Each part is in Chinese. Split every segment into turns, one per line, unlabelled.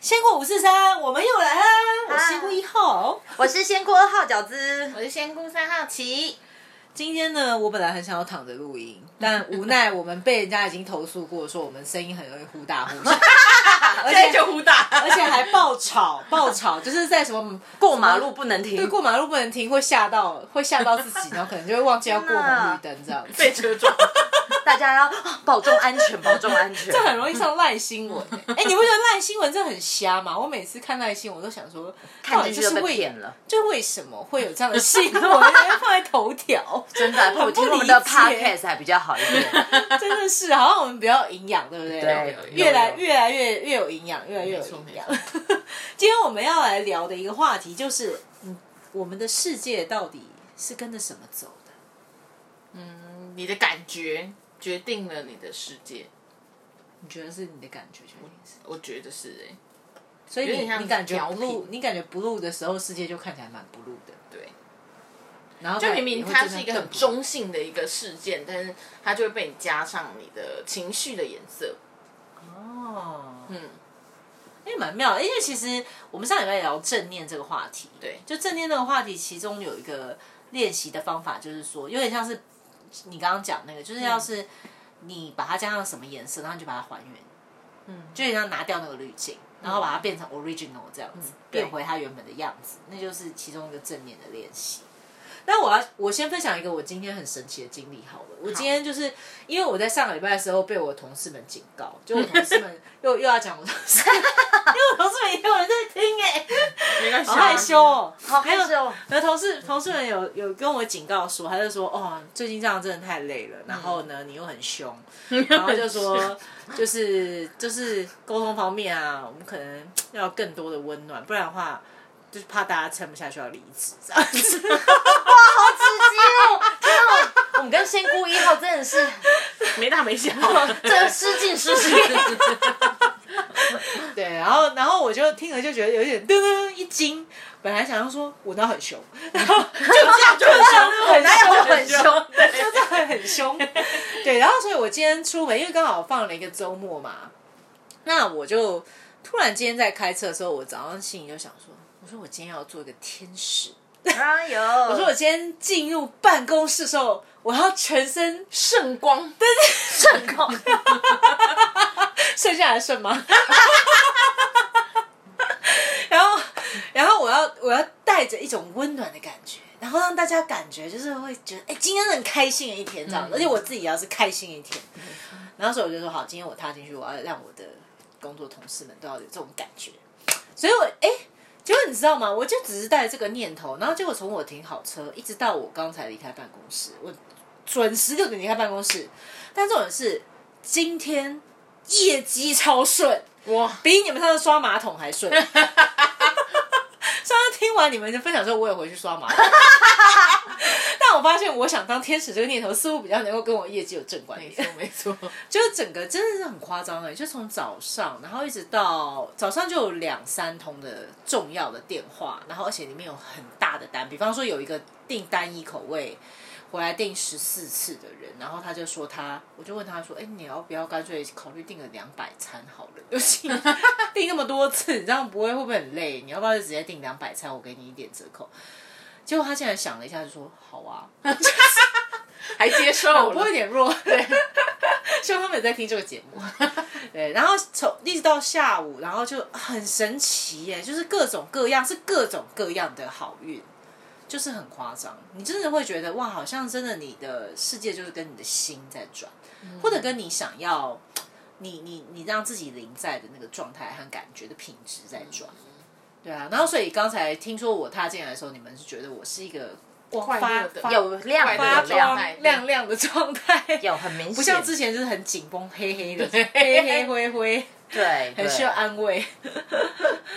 仙果五四三，我们又来啦！我是仙姑一号。
我是仙姑二号饺子，
我是仙姑三号棋，
今天呢，我本来很想要躺着录音，但无奈我们被人家已经投诉过，说我们声音很容易忽大忽小， 而
现在
且
就呼大，
而且还爆吵，爆吵就是在什么
过马路不能
对
停，
过马路不能停，会吓到， 会吓到自己，然后可能就会忘记要过
天哪
红绿灯这样子。
被车撞， 大家要啊保重安全，保重安全
这。很容易上赖新闻、欸， 哎、你不觉得赖新闻这很瞎吗？我每次看赖新闻，我都想 说，
看
到
进
底
去
这
就是被
为
骗了，
就为什么会有这样的新闻 还放在头条？
真的，不 如
很不
听我们
理
的
解
podcast 还比较好 一点。
真的是，好像我们比较有营养，对不对？
对
有有
越来
有
越来越越有营养，越来越有营养
没。
今天我们要来聊的一个话题就是，嗯，我们的世界到底是跟着什么走的？
嗯，你的感觉决定了你的世界，
你觉得是你的感觉决定是？
我觉得是哎、
所以
有点
你
像
你感觉
调
不
皮
录，你感觉不录的时候，世界就看起来蛮不录的。
对，
然后
就
感
明明
也会
它
真的
是一个
更
很
不录
中性的一个事件，但是它就会被你加上你的情绪的颜色，
哦，
嗯，
哎，蛮妙的，因为其实我们上礼拜聊正念这个话题，
对
就正念这个话题，其中有一个练习的方法，就是说有点像是你刚刚讲那个，就是要是你把它加上什么颜色，然后你就把它还原，嗯，就有点像拿掉那个滤镜，然后把它变成 original 这样子，
对
变回它原本的样子，那就是其中一个正念的练习。那我要我先分享一个我今天很神奇的经历好了。我今天就是因为我在上个礼拜的时候被我同事们警告，就我同事们 又又要讲我同事，因为我同事们也有人在听哎、
没关系
好害羞、哦，
好害
没有
羞，
那同事同事们有有跟我警告说，他就说哦，最近这样真的太累了，然后呢你又很 凶，然后就说就是就是沟通方面啊，我们可能要更多的温暖，不然的话就是怕大家撑不下去要离职这样子。
好直接哦！天哪，我们跟仙姑一号真 的是
没大没小，
这个失敬失敬。
对，然后然后我就听了就觉得有点噔噔一惊，本来想要说我那很凶，然后就这样就很凶，
哪有我很
凶，
凶？
就这样很凶。 对，然后所以我今天出门，因为刚好放了一个周末嘛，那我就突然今天在开车的时候，我早上心里就想说，我说我今天要做一个天使。
哎呦，
我
我
说我今天进入办公室的时候，我要全身
圣光，
正宫，
剩下来剩吗？ 然后，然后我要我要带着一种温暖的感觉，然后让大家感觉就是会觉得，哎、今天是很开心的一天这样子，而且我自己也要是开心一天。然后所以我就说，好，今天我踏进去，我要让我的工作同事们都要有这种感觉。所以我，哎、结果你知道吗？我就只是带着这个念头，然后结果从我停好车一直到我刚才离开办公室，我准时六点离开办公室。但重点是今天业绩超顺，
哇，
比你们上次刷马桶还顺。上次听完你们的分享之后，我也回去刷马桶。但我发现，我想当天使这个念头似乎比较能够跟我业绩有正关
没
联。
错没错，
就是整个真的是很夸张哎，就从早上，然后一直到早上就有两三通的重要的电话，然后而且里面有很大的单，比方说有一个订单一口味回来订十四次的人，然后他就说他，我就问他说，哎、你要不要干脆考虑订个两百餐好了，尤其订那么多次，你这样不会会不会很累？你要不要就直接订两百餐，我给你一点折扣？结果他竟然想了一下，就说好啊，
还接
脑
受
波有，
了
啊点弱， 对，希望他们有在听这个节目。 对，然后从一直到下午，然后就很神奇耶，就是各种各样，是各种各样的好运，就是很夸张。你真的会觉得哇，好像真的你的世界就是跟你的心在转，嗯或者跟你想要你你你让自己临在的那个状态和感觉的品质在转。对啊，然后所以刚才听说我踏进来的时候，你们是觉得我是一个光
快
发
乐的
发
有亮
快
发
有
乐
亮
的
光
状，态
亮亮的状态，
有很明显，
不像之前就是很紧绷、黑黑的、黑黑灰灰，
对，对
很需要安慰。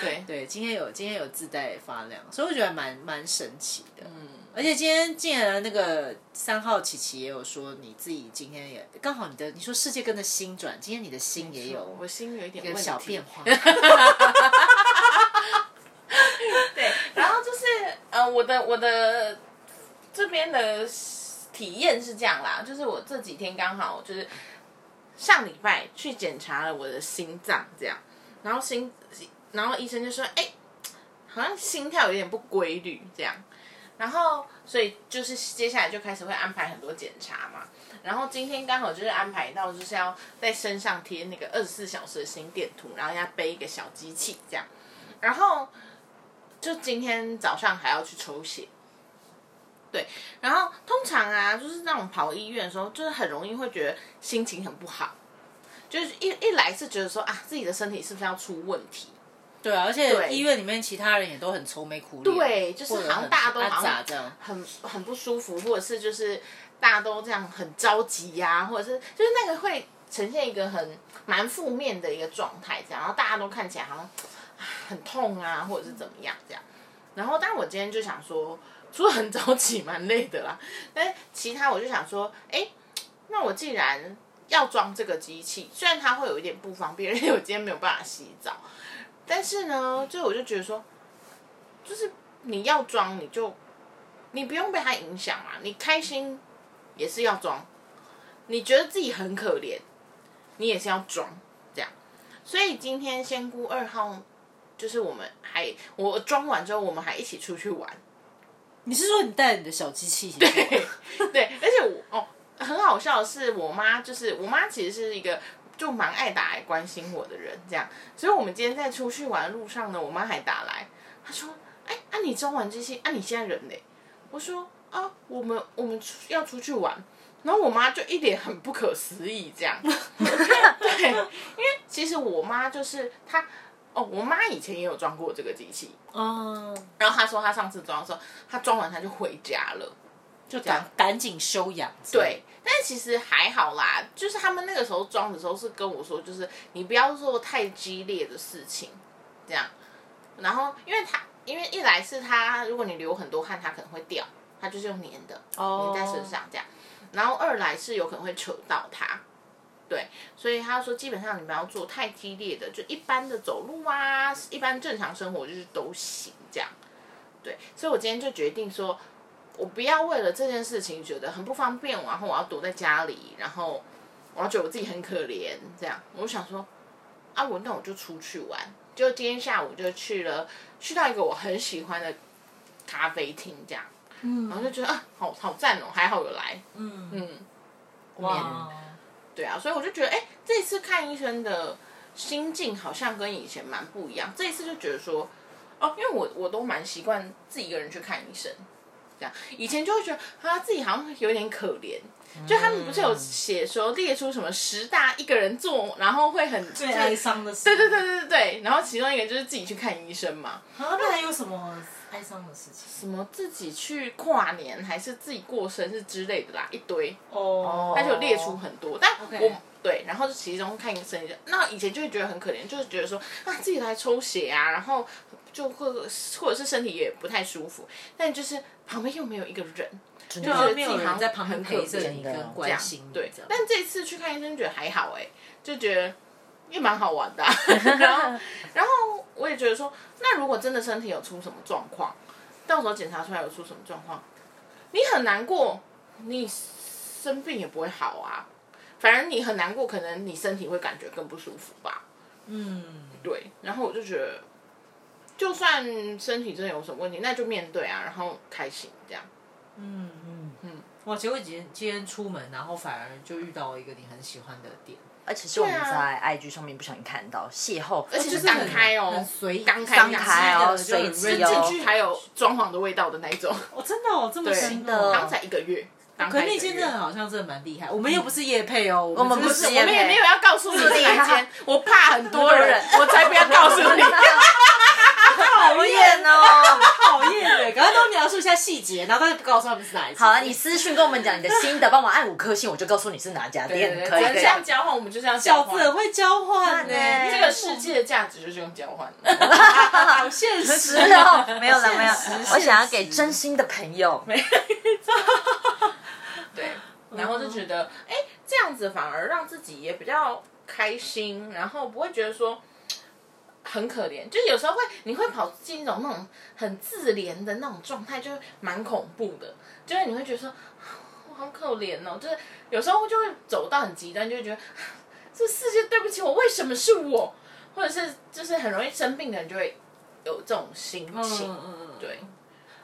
对，
对，今天有今天有自带发亮，所以我觉得蛮蛮神奇的。嗯，而且今天竟然那个三号琪琪也有说，你自己今天也刚好你的你说世界跟着心转，今天你的心也有
我心有一点
一
问
个
题，
小变化。
对，然后就是呃，我的我的这边的体验是这样啦，就是我这几天刚好就是上礼拜去检查了我的心脏，这样，然后心然后医生就说，哎、好像心跳有点不规律这样，然后所以就是接下来就开始会安排很多检查嘛，然后今天刚好就是安排到就是要在身上贴那个二十四小时的心电图，然后要背一个小机器这样，然后就今天早上还要去抽血。对，然后通常啊，就是那种跑医院的时候，就是很容易会觉得心情很不好，就是一一来是觉得说啊，自己的身体是不是要出问题，
对啊，而且
对
医院里面其他人也都很愁眉苦脸，
对就是
或者
好像
很
大家都
阿
好像
杂这样，
很很不舒服，或者是就是大家都这样很着急呀、或者是就是那个会呈现一个很蛮负面的一个状态，这样，然后大家都看起来好像唉很痛啊，或者是怎么样这样。然后，但我今天就想说，除了很早起蛮累的啦，但其他我就想说，哎，那我既然要装这个机器，虽然它会有一点不方便， 因为我今天没有办法洗澡，但是呢，就我就觉得说，就是你要装，你就你不用被它影响啊，你开心也是要装，你觉得自己很可怜，你也是要装这样。所以今天仙姑二号就是我们还我装完之后，我们还一起出去玩，
你是说你带你的小机 器？对，
对，而且我哦，很好笑的是，我妈就是我妈，其实是一个就蛮爱打来关心我的人，这样。所以我们今天在出去玩的路上呢，我妈还打来，她说：“哎、啊你装完这些，啊你现在人嘞？”我说：“啊，我们我们出要出去玩。”然后我妈就一脸很不可思议这样， 对，因为其实我妈就是她，哦，我妈以前也有装过这个机器，
嗯，
然后她说她上次装的时候，她装完她就回家了。
就
这样
赶赶紧休养。
对，，但其实还好啦，就是他们那个时候装的时候是跟我说，就是你不要做太激烈的事情，这样。然后，因为他，因为一来是他，如果你流很多汗，他可能会掉，他就是用粘的，
哦
粘在身上这样。然后二来是有可能会扯到他，对，所以他说基本上你不要做太激烈的，就一般的走路啊，一般正常生活就是都行这样。对，所以我今天就决定说，我不要为了这件事情觉得很不方便，然后我要躲在家里，然后我要觉得我自己很可怜，这样。我就想说，啊，我那我就出去玩。就今天下午就去了，去到一个我很喜欢的咖啡厅，这样，嗯，然后就觉得啊，好好赞哦，还好有来，
嗯
嗯，
哇，
对啊，所以我就觉得，哎，这一次看医生的心境好像跟以前蛮不一样。这一次就觉得说，哦，因为我我都蛮习惯自己一个人去看医生，这样以前就会觉得啊自己好像有点可怜。就他们不是有写说列出什么十大一个人做，然后会很
最哀伤的事。
对对对对对对，然后其中一个就是自己去看医生嘛，
啊，那还有什么哀伤的事情？
什么自己去跨年还是自己过生日之类的啦，一堆。
哦
他就列出很多，但我
OK
对，然后就其中看医生就，那以前就会觉得很可怜，就是觉得说啊自己来抽血啊，然后就会或者是身体也不太舒服，但就是旁边又没有一个人，
就
觉得
没有
自己好
人
像
在旁边
很可
陪着
怜
你
的
跟
这
关
样
心你
对
这样。
但这次去看医生觉得还好哎、就觉得也蛮好玩的啊、然后然后我也觉得说，那如果真的身体有出什么状况，到时候检查出来有出什么状况，你很难过，你生病也不会好啊。反正你很难过，可能你身体会感觉更不舒服吧。
嗯，
对，然后我就觉得，就算身体真的有什么问题，那就面对啊，然后开心这样。
嗯哇，结果今天今天出门，然后反而就遇到一个你很喜欢的点，
而且是我们
对啊
在 IG 上面不小心看到邂逅，而
且是
就是
刚开哦
很随意，
刚开
刚
刚
开哦，
是的
随
就很
机
认
哦
进，去还有装潢的味道的那一种，
哦，真的哦，这么新
真的
刚才一个月。刚
可
开
是
一
你
个
现
月
在好像真的蛮厉害，我们又不是叶配哦，我
我们
们
不
就是
是
我们也没有要告诉你那一间，我怕很多人，我才不要告诉你。
讨厌哦。
讨厌的，赶快都描述一下细节，然后但是不告诉他们是哪一家。
好啊了，你私讯跟我们讲你的心得，帮我按五颗星，我就告诉你是哪 家
对
店，
对
可以
对
可
这
以。
样交换，我们就是要交
小子很
换。
会交换呢、
换呢
这个世 界的价值就是用交换的。
好现实
是哦，没有了没有
现实，
我想要给真心的朋友，
对，然后就觉
哦
得，哎，这样子反而让自己也比较开心，然后不会觉得说很可怜。就是有时候会，你会跑进一种那种很自怜的那种状态，就蛮恐怖的。就是你会觉得说，我好可怜哦。就是有时候就会走到很极端，就会觉得这世界对不起我，为什么是我？或者是就是很容易生病的人就会有这种心情。
嗯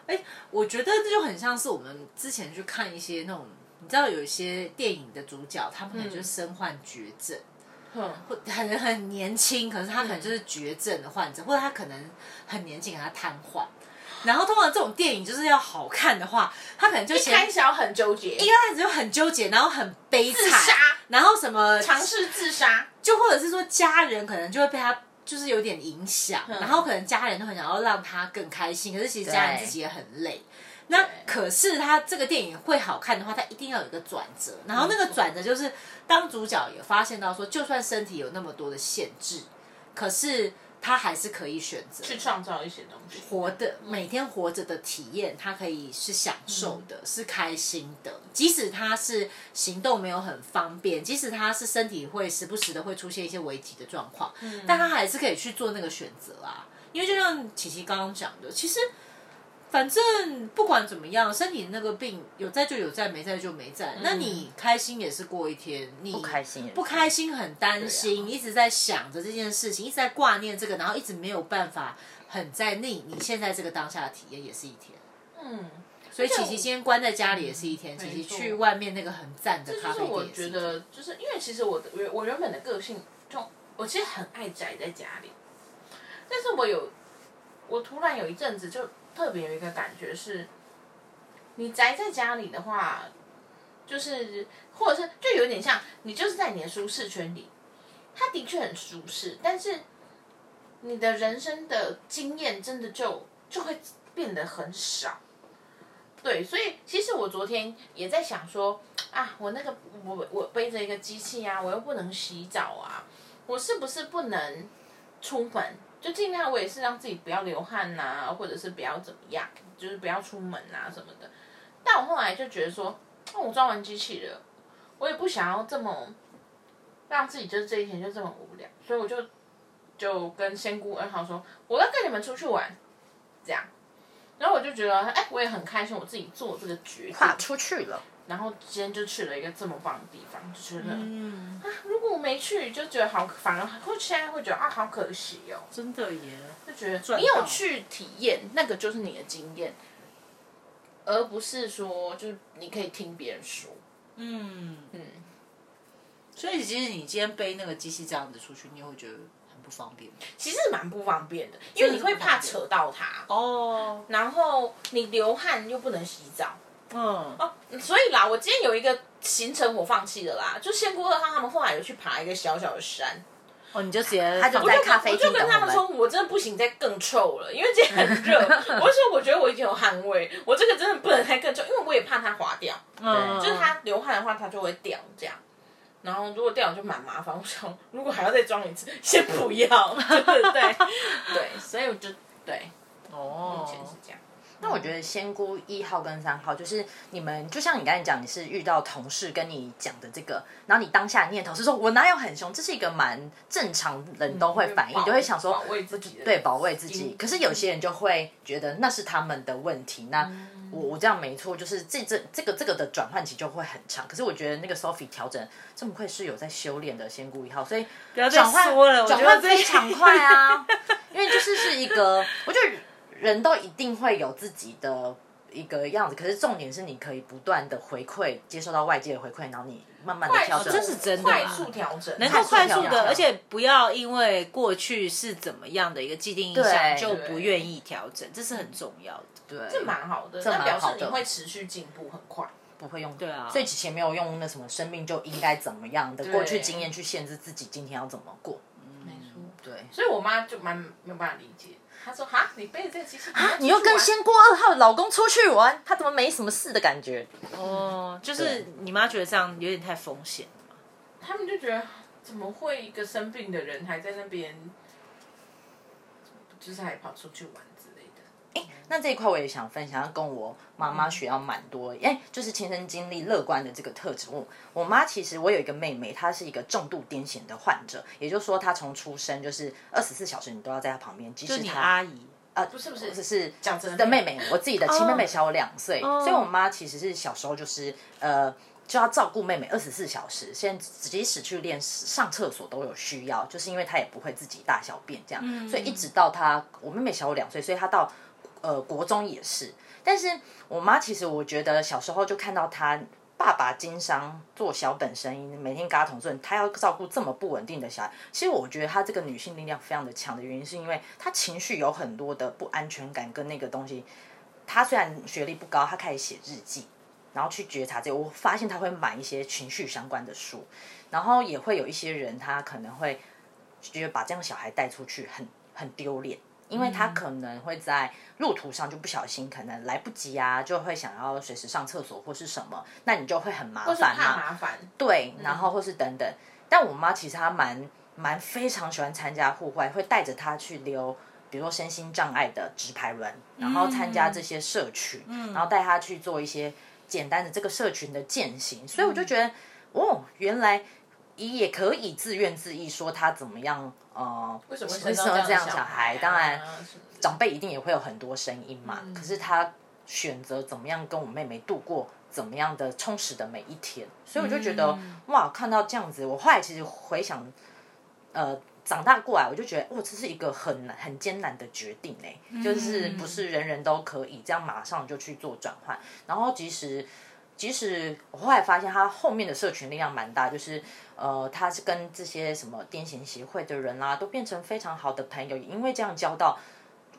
对，
我觉得这就很像是我们之前去看一些那种，你知道有一些电影的主角，他们可能就是身患绝症，
嗯，
或很很年轻，可是他可能就是绝症的患者，或者他可能很年轻，可是他瘫痪。然后通常这种电影就是要好看的话，他可能就
一
先
开始要很纠结，
一开始就很纠结，然后很悲
自杀
惨，然后什么
尝试自杀，
就或者是说家人可能就会被他就是有点影响，然后可能家人都很想要让他更开心，可是其实家人
对
自己也很累。那可是他这个电影会好看的话，他一定要有一个转折，然后那个转折就是当主角也发现到说，就算身体有那么多的限制，可是他还是可以选择
去创造一些东西。
活的每天活着的体验，他可以是享受
嗯
的，是开心的。即使他是行动没有很方便，即使他是身体会时不时的会出现一些危急的状况，
嗯
但他还是可以去做那个选择啊。因为就像琪琪刚刚讲的，其实反正不管怎么样，身体那个病有在就有在，没在就没在。那你开心也是过一天，你
嗯不开心也是
不开心很担心，一直在想着这件事情，一直在挂念这个，然后一直没有办法很在你你现在这个当下的体验也是一天。
嗯，
所以琪琪今天关在家里也是一天，
没
琪琪
错
去外面那个很赞的
嗯这
咖
就是
啡
我
店也是
觉
一天，
得，就是因为其实我的我我原本的个性，就我其实很爱宅在家里，但是我有我突然有一阵子就特别有一个感觉是，你宅在家里的话，就是或者是就有点像你就是在你的舒适圈里，它的确很舒适，但是你的人生的经验真的就就会变得很少。对，所以其实我昨天也在想说，啊，我那个我我背着一个机器啊，我又不能洗澡啊，我是不是不能出门？就尽量我也是让自己不要流汗呐、或者是不要怎么样，就是不要出门啊什么的。但我后来就觉得说，那、我装完机器了，我也不想要这么让自己就是这一天就这么无聊，所以我就就跟仙姑二号说，我要跟你们出去玩，这样。然后我就觉得，哎，我也很开心，我自己做这个决定。
跨出去了，
然后今天就去了一个这么棒的地方，就觉得、啊
嗯，
如果我没去，就觉得好，反而会现在会觉得啊，好可惜哦，
真的耶，
就觉得
赚
你有
到
去体验，那个就是你的经验，而不是说就是你可以听别人说，
嗯。
嗯，
所以其实你今天背那个机器这样子出去，你也会觉得很不方便。
其实蛮不方便的，因为你会怕扯到它，
哦，
然后你流汗又不能洗澡，
嗯，
哦，所以啦，我今天有一个行程我放弃了啦，就仙姑二号他们后来有去爬一个小小的山，
哦，你就直接
他就
放
在
在
咖啡
我
厅
就
等
跟他们说，我真的不行，再更臭了，因为今天很 热。我就说，我觉得我已经有汗味，我这个真的不能再更臭，因为我也怕它滑掉，
嗯，
就是它流汗的话，它就会掉这样。然后如果掉就蛮麻烦，我想如果还要再装一次，先不 要，对不对？对，所以我就对，目
哦
前是这样。
那我觉得仙姑一号跟三号，就是你们就像你刚才讲，你是遇到同事跟你讲的这个，然后你当下的念头是说我哪有很凶，这是一个蛮正常人都会反应，
保
就会想说
嗯保卫自己的
对，保卫自己
嗯。
可是有些人就会觉得那是他们的问题，那
嗯
我我这样没错，就是这这这个这个的转换期就会很长。可是我觉得那个 Sophie 调整，这么快是有在修炼的仙姑一号，所以
不要再
转换
说了，我
转
觉得
换
这
非 常快 啊，因为就是是一个，我觉得人都一定会有自己的一个样子，可是重点是你可以不断的回馈，接受到外界的回馈，然后你慢慢的
快
调
速，
整。
这是真的
快
啦
速调整，
能够快速
快速调
的，
整
而且不要因为过去是怎么样的一个既定印象
对
就不愿意调整，这是很重要的。
对，
这蛮好的，
蛮
那表示
好
你
的
会持续进步很快。
不会用。
对啊
所以之前没有用那什么生命就应该怎么样的过去经验去限制自己今天要怎么过。
没错，
对，
所以我妈就蛮没有办法理解，她说：“哈，你背着这个机器，
啊你又跟
先
仙姑二号老公出去玩，他怎么没什么事的感觉？
哦，就是你妈觉得这样有点太风险了嘛。
他们就觉得怎么会一个生病的人还在那边，就是还跑出去玩之类的。
那这一块我也想分享，要跟我妈妈学到蛮多，哎、就是亲身经历乐观的这个特质。我我妈其实我有一个妹妹，她是一个重度癫痫的患者，也就是说她从出生就是二十四小时你都要在她旁边，即
就
使
你
她
阿姨，
不是不
或者
是，
是
讲真
的妹妹，我自己的亲妹妹小我两岁，
哦
所以我妈其实是小时候就是呃。就要照顾妹妹二十四小时，现在即使去练上厕所都有需要，就是因为她也不会自己大小便这样，所以一直到她我妹妹小我两岁，所以她到呃国中也是。但是我妈其实我觉得小时候就看到她爸爸经商做小本生意，每天跟她同顺，她要照顾这么不稳定的小孩。其实我觉得她这个女性力量非常的强的原因，是因为她情绪有很多的不安全感跟那个东西。她虽然学历不高，她开始写日记，然后去觉察这个。我发现她会买一些情绪相关的书，然后也会有一些人，他可能会觉得把这样小孩带出去很很丢脸，因为
嗯
他可能会在路途上就不小心，可能来不及啊，就会想要随时上厕所或是什么，那你就会很麻
或是
烦嘛、
怕麻烦，
对，然后或是等等。但我妈其实她蛮蛮非常喜欢参加户外，会带着她去溜，比如说身心障碍的直排轮，然后参加这些社群，然后带她去做一些简单的这个社群的践行。所以我就觉得，哦，原来也也可以自怨自艾，说她怎么样，呃，为
为什么
为
会
什
生
么
到
这样小孩？
孩啊？
当然，
什么的
长辈一定也会有很多声音嘛。可是他选择怎么样跟我妹妹度过怎么样的充实的每一天，所以我就觉得、哇，看到这样子，我后来其实回想，呃，长大过来，我就觉得哇，这是一个很难很艰难的决定哎、就是不是人人都可以这样马上就去做转换，然后其实。其实我后来发现，他后面的社群力量蛮大，就是呃，他是跟这些什么癫痫协会的人啦、都变成非常好的朋友，也因为这样交到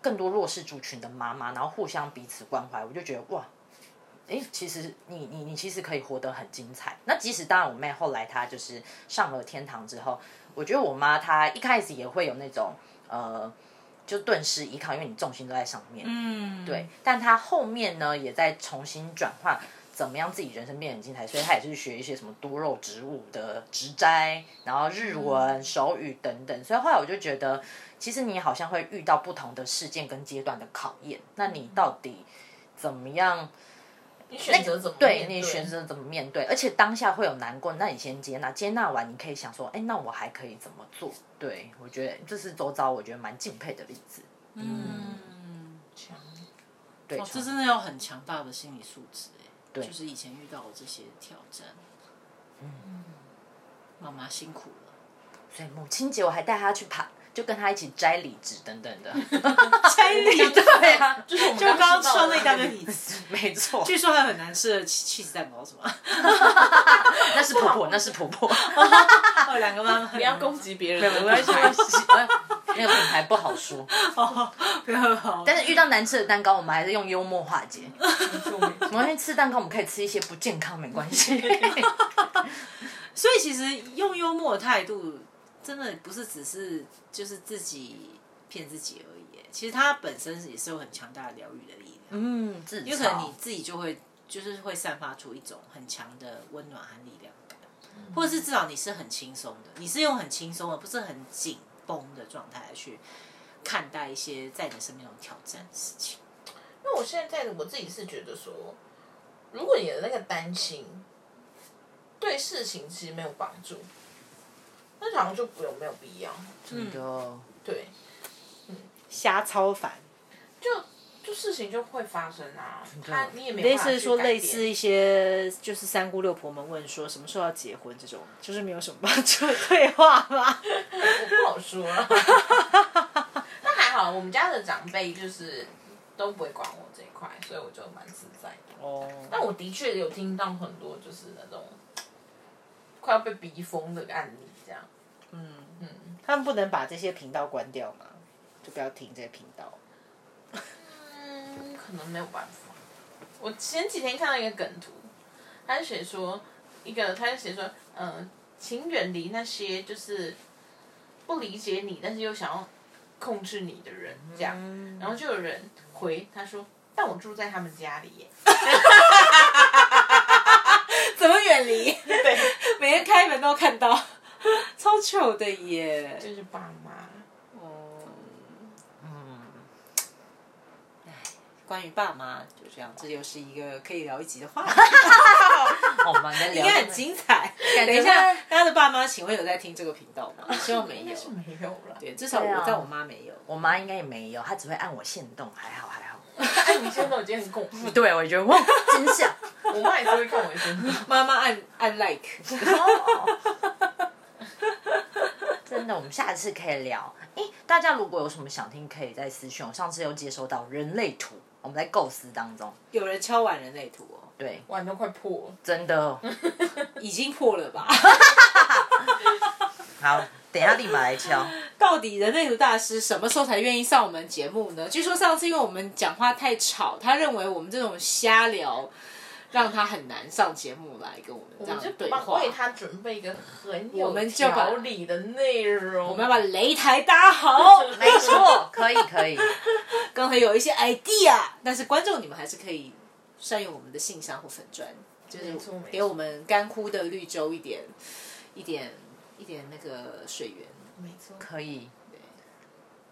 更多弱势族群的妈妈，然后互相彼此关怀，我就觉得哇，哎、其实你你你其实可以活得很精彩。那即使当然我妹后来她就是上了天堂之后，我觉得我妈她一开始也会有那种呃，就顿时依靠，因为你重心都在上面，
嗯，对，
但他后面呢也在重新转换，怎么样自己人生变得很精彩，所以他也是学一些什么多肉植物的植栽，然后日文、手语等等。所以后来我就觉得，其实你好像会遇到不同的事件跟阶段的考验，那你到底怎么样？
你选择怎么
对
面
你选择怎么面对，而且当下会有难过，那你先接纳，接纳完你可以想说，哎，那我还可以怎么做？对我觉得这是周遭我觉得蛮敬佩的例子。
嗯，
强
对，
哦，这真的要很强大的心理素质哎。
对
就是以前遇到我这些挑战，嗯，妈妈辛苦了，
对，母亲节我还带她去爬，就跟她一起摘李子等等 的。
拆礼
对啊，
哎就是我们
就刚刚
说
说那一大堆例 子，
没错，
据说还有很难吃的 cheese 蛋糕什么，
那是婆婆，那是婆婆，
哦，两个妈妈，不
不要攻击别人，
没有关系，没 关系。哎那个品牌不好说，
哦，不要好，
但是遇到难吃的蛋糕，我们还是用幽默化 解。
系。
我们去吃蛋糕，我们可以吃一些不健康，没关 系。
所以其实用幽默的态度，真的不是只是就是自己骗自己而已耶，其实它本身也是有很强大的疗愈的力量，
嗯，自
因为可能
嘲
你自己就会就是会散发出一种很强的温暖和力量感，或者是至少你是很轻松的，你是用很轻松而不是很紧绷的状态来去看待一些在你身边有挑战的事情。
那我现在的我自己是觉得说，如果你的那个担心对事情其实没有帮助，那好像就不用没有必要。
真的
嗯
对，
瞎操烦，
就就事情就会发生啊，
的
他你也没
类
办法去
似说
改
类
变
似一些就是三姑六婆们问说什么时候要结婚这种，就是没有什么帮助的对话吗？
我不好说。啊 那还好，我们家的长辈就是都不会管我这一块，所以我就蛮自在的。
哦，
但我的确有听到很多就是那种快要被逼疯的案例，这样。
他们不能把这些频道关掉吗？就不要听这些频道。
嗯，可能没有办法。我前几天看到一个梗图，他就写说一个，他就写说，呃，请远离那些就是不理解你，但是又想要控制你的人，这样。
嗯
嗯
然后就有人回他说，但我住在他们家里耶。
怎么远离？
对，
每天开门都看到， 超糗的耶。
就是爸妈。
哦，
嗯
关于爸妈就这样，这又是一个可以聊一集的话 题，
哦，我们在
应
聊
该很精彩。等一下，大家的爸妈请问有在听这个频道 吗？希望没
应该
有。
是没有了。
对，至少
对啊
我在我妈没有。
我妈应该也没有，她只会按我线动，还好还好。
哎，你先生，我今天很恐怖，
对，啊我觉得哇，真相。
我妈也是会看我先生。
妈妈按按 like，
真的，我们下次可以聊。诶，大家如果有什么想听，可以在私讯。我上次又接收到人类图，我们在构思当中。
有人敲完人类图哦，
对，
碗都快破了。
真的。哦
已经破了吧？
好，等一下立马来 敲。
到底人类图大师什么时候才愿意上我们节目呢？据说上次因为我们讲话太吵，他认为我们这种瞎聊，让他很难上节目来跟我们
我
这
们
样
就
对
帮
话。
为他准备一个很
我
有
们就把
条理的内容。
我们要把擂台搭好，
没错，可以可以。
刚才有一些 idea，但是观众你们还是可以善用我们的信箱或粉砖，就是
没错没错
给我们干枯的绿洲一点一点一点那个水源，
没错，
可以，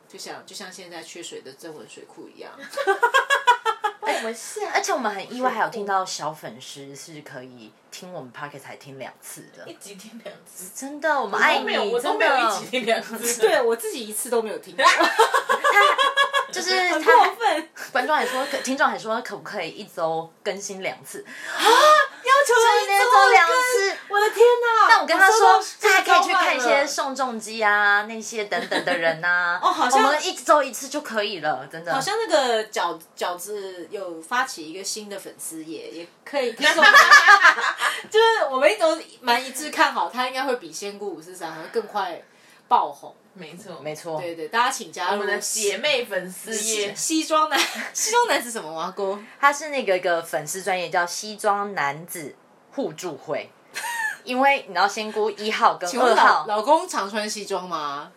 就像就像现在缺水的增文水库一 样。
帮我们下。
而且我们很意外，还有听到小粉丝是可以听我们 p o c k e t 才听两次的
一，集听两次，
真的，我们爱
都没有，
你，
我都
真
没有一
的
集，听两 次。
对我自己一次都没有听过，
就是
很
他
过分，
观众还说，可听众还说，可不可以一周更新两次？
要求
一周两次，
我的天哪！
但我跟他
收到
说，大家可以去
收到
看一些
了
宋仲基啊，那些等等的人呐、
哦好像
我们一周一次就可以了，真的。
好像那个饺饺子有发起一个新的粉丝页，也可以听众 们，就是我们都蛮一致看好他，应该会比仙姑五四三还会更快爆红。
没错，
没错，
对对，大家请加
我
入
们的姐妹粉丝
西
页，
西装男， 西装男是什么啊？哥，
他是那个一个粉丝专业叫西装男子互助会，因为你要仙姑一号跟
请
二
问老
号嗯
老公常穿西装吗？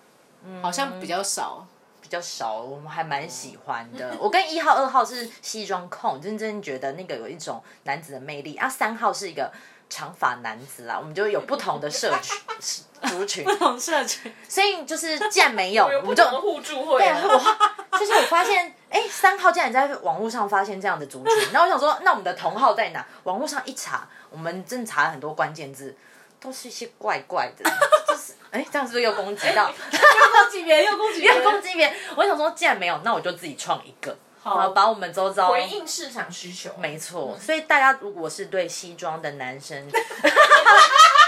好像比较少。
比较少，我们还蛮喜欢的。我跟一号、二号是西装控，真正觉得那个有一种男子的魅力啊。三号是一个长发男子啦，我们就有不同的社群族群，
同社群，
所以就是既然没有，
我有
我
不
们就
同的互助会
对
啊
啊，。我就是我发现，哎、三号竟然在网络上发现这样的族群，然后我想说，那我们的同号在哪？网络上一查，我们正查很多关键字，都是一些怪怪的，就是哎、这样是不是又攻击 到？
又攻击别人，又攻击别
又
人，
攻击别人？我想说，既然没有，那我就自己创一个，
好
好把我们周遭
回应市场需求，
没 错，所以大家如果是对西装的男生，就是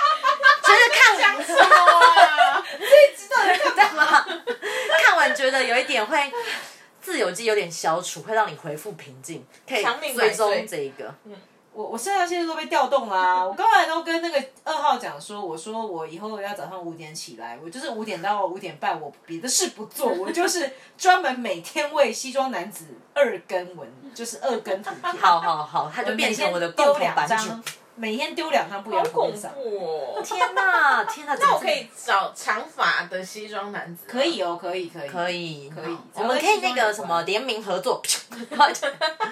看
什么啊？
干嘛？ 看完觉得有一点会自由基有点消除，会让你回复平静，可以
长命
追
百岁
踪这一个。
嗯我我剩下现在都被调动 啦、我刚才都跟那个二号讲说，我说我以后要早上五点起来，我就是五点到五点半，我别的事不 做，我就是专门每天为西装男子二更文，就是二更图片，
好好好，他就变成我的共
每天
同
丢
版
两
主
张。，每天丢两张不一
好
样的图
恐
片上，
怖哦！
天哪，天 哪！那
那我可以找长发的西装男子吗，
可以哦，可以可以
可，以
可以
我们可以那个什么联名合作， 这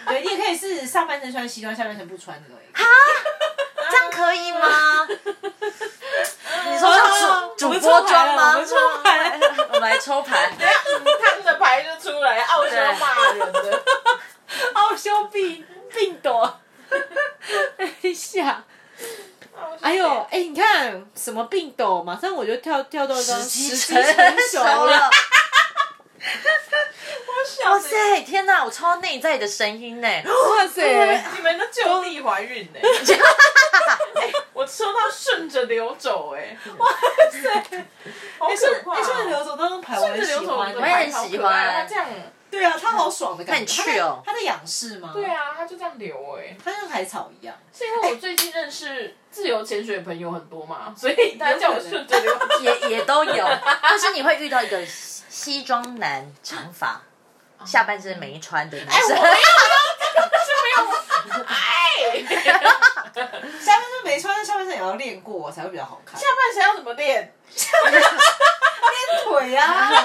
对，你也可以是上半身穿西装，下半身不穿的而已。
样可以 吗？你说
啊
像
我
主
们
主播
抽牌
装吗？
了我们抽牌，
我们来抽牌。
他们的牌就出来，傲娇骂人的。
奥修病病 朵，等一下。哎呦，哎、你看什么病斗，马上我就跳跳到一张
时机
机成
熟
了
了。，
哇
哇！塞，天哪，我抽到内在的声音 呢。
哇塞，哎
哎你们都就地怀孕呢、哎我抽到顺着流走哎、哇塞，好可怕、哦
哎，顺着流走那张牌我
顺
很
着
喜
流走，
欢，
我也很喜欢
他这样，
对啊，它好爽的感觉，
很 chill
它在它在仰视吗？
对，啊，他就这样流哎、
它像海草一样，
是因为我最近认识自由潜水的朋友很多嘛，所以他叫我顺着 哎流走。
也也都 有，但是你会遇到一个西西装男，长发，下半身没穿的男生。
哎，下
下半身没穿，下半身也要练过才会比较好看，
半身要怎么练？
练腿啊，就是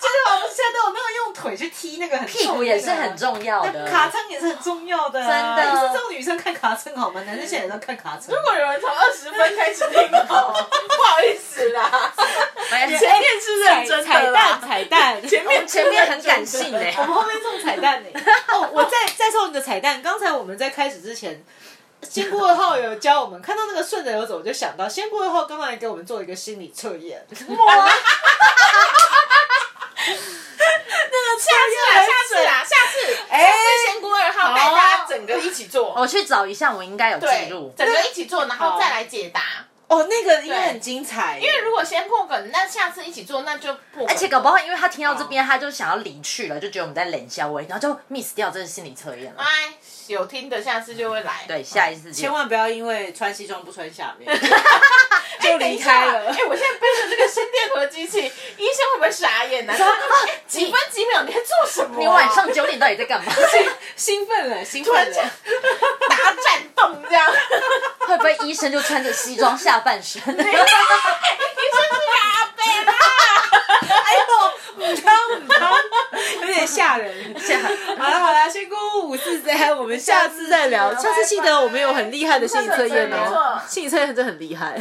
就是我们现在都有那个用腿去踢那个很
屁股也是很重要 的。
卡称也是很重要的、啊，
真的
不是只有女生看卡称好吗？男生现在也都看卡称
如。果有人从二十分开始听哦，不好意思 啦，
哎
前面是认真
彩
的啦
蛋，彩蛋，哦
前面
前面很感性呢、
我们后面送彩蛋呢、欸
欸
哦，我再再送你个彩蛋。刚才我们在开始之前，仙姑二号有教我们，看到那个顺着流走，我就想到仙姑二号刚才给我们做一个心理测验，那
啊
啊
下次啦，下次啦，下次。啊哦
哎、
我
做，
去找一下，我应该有记
对，
录。
整个一起做，然后再来解答。
哦，那个应
对
该很精彩，因
因为如果先破梗，那下次一起做，那就破梗。
而且搞不好，因为他听到这边，他就想要离去了，就觉得我们在冷笑话，然后就 miss 掉这个心理测验了。
哎，有听的下次就会来。
对，下一次见
千万不要因为穿西装不穿下 面就
哎等
离
一下，
开
哎、
了。
我现在背着这个心电图的机器， 医生会不会傻眼呢、啊？哎几分几秒你在做什么啊、
你晚上九点到底在干嘛？
兴奋了，兴
突然
奋
间
了，
打战动这样，医
会不会医生就穿着西装下半身？
生是个阿伯啦。
母汤母汤，有点吓人。好了好了，仙姑五四三，我们下次再聊。
下次
下次记得我们有很厉害的心理测验哦
没错
哦，心理测验真的很厉害。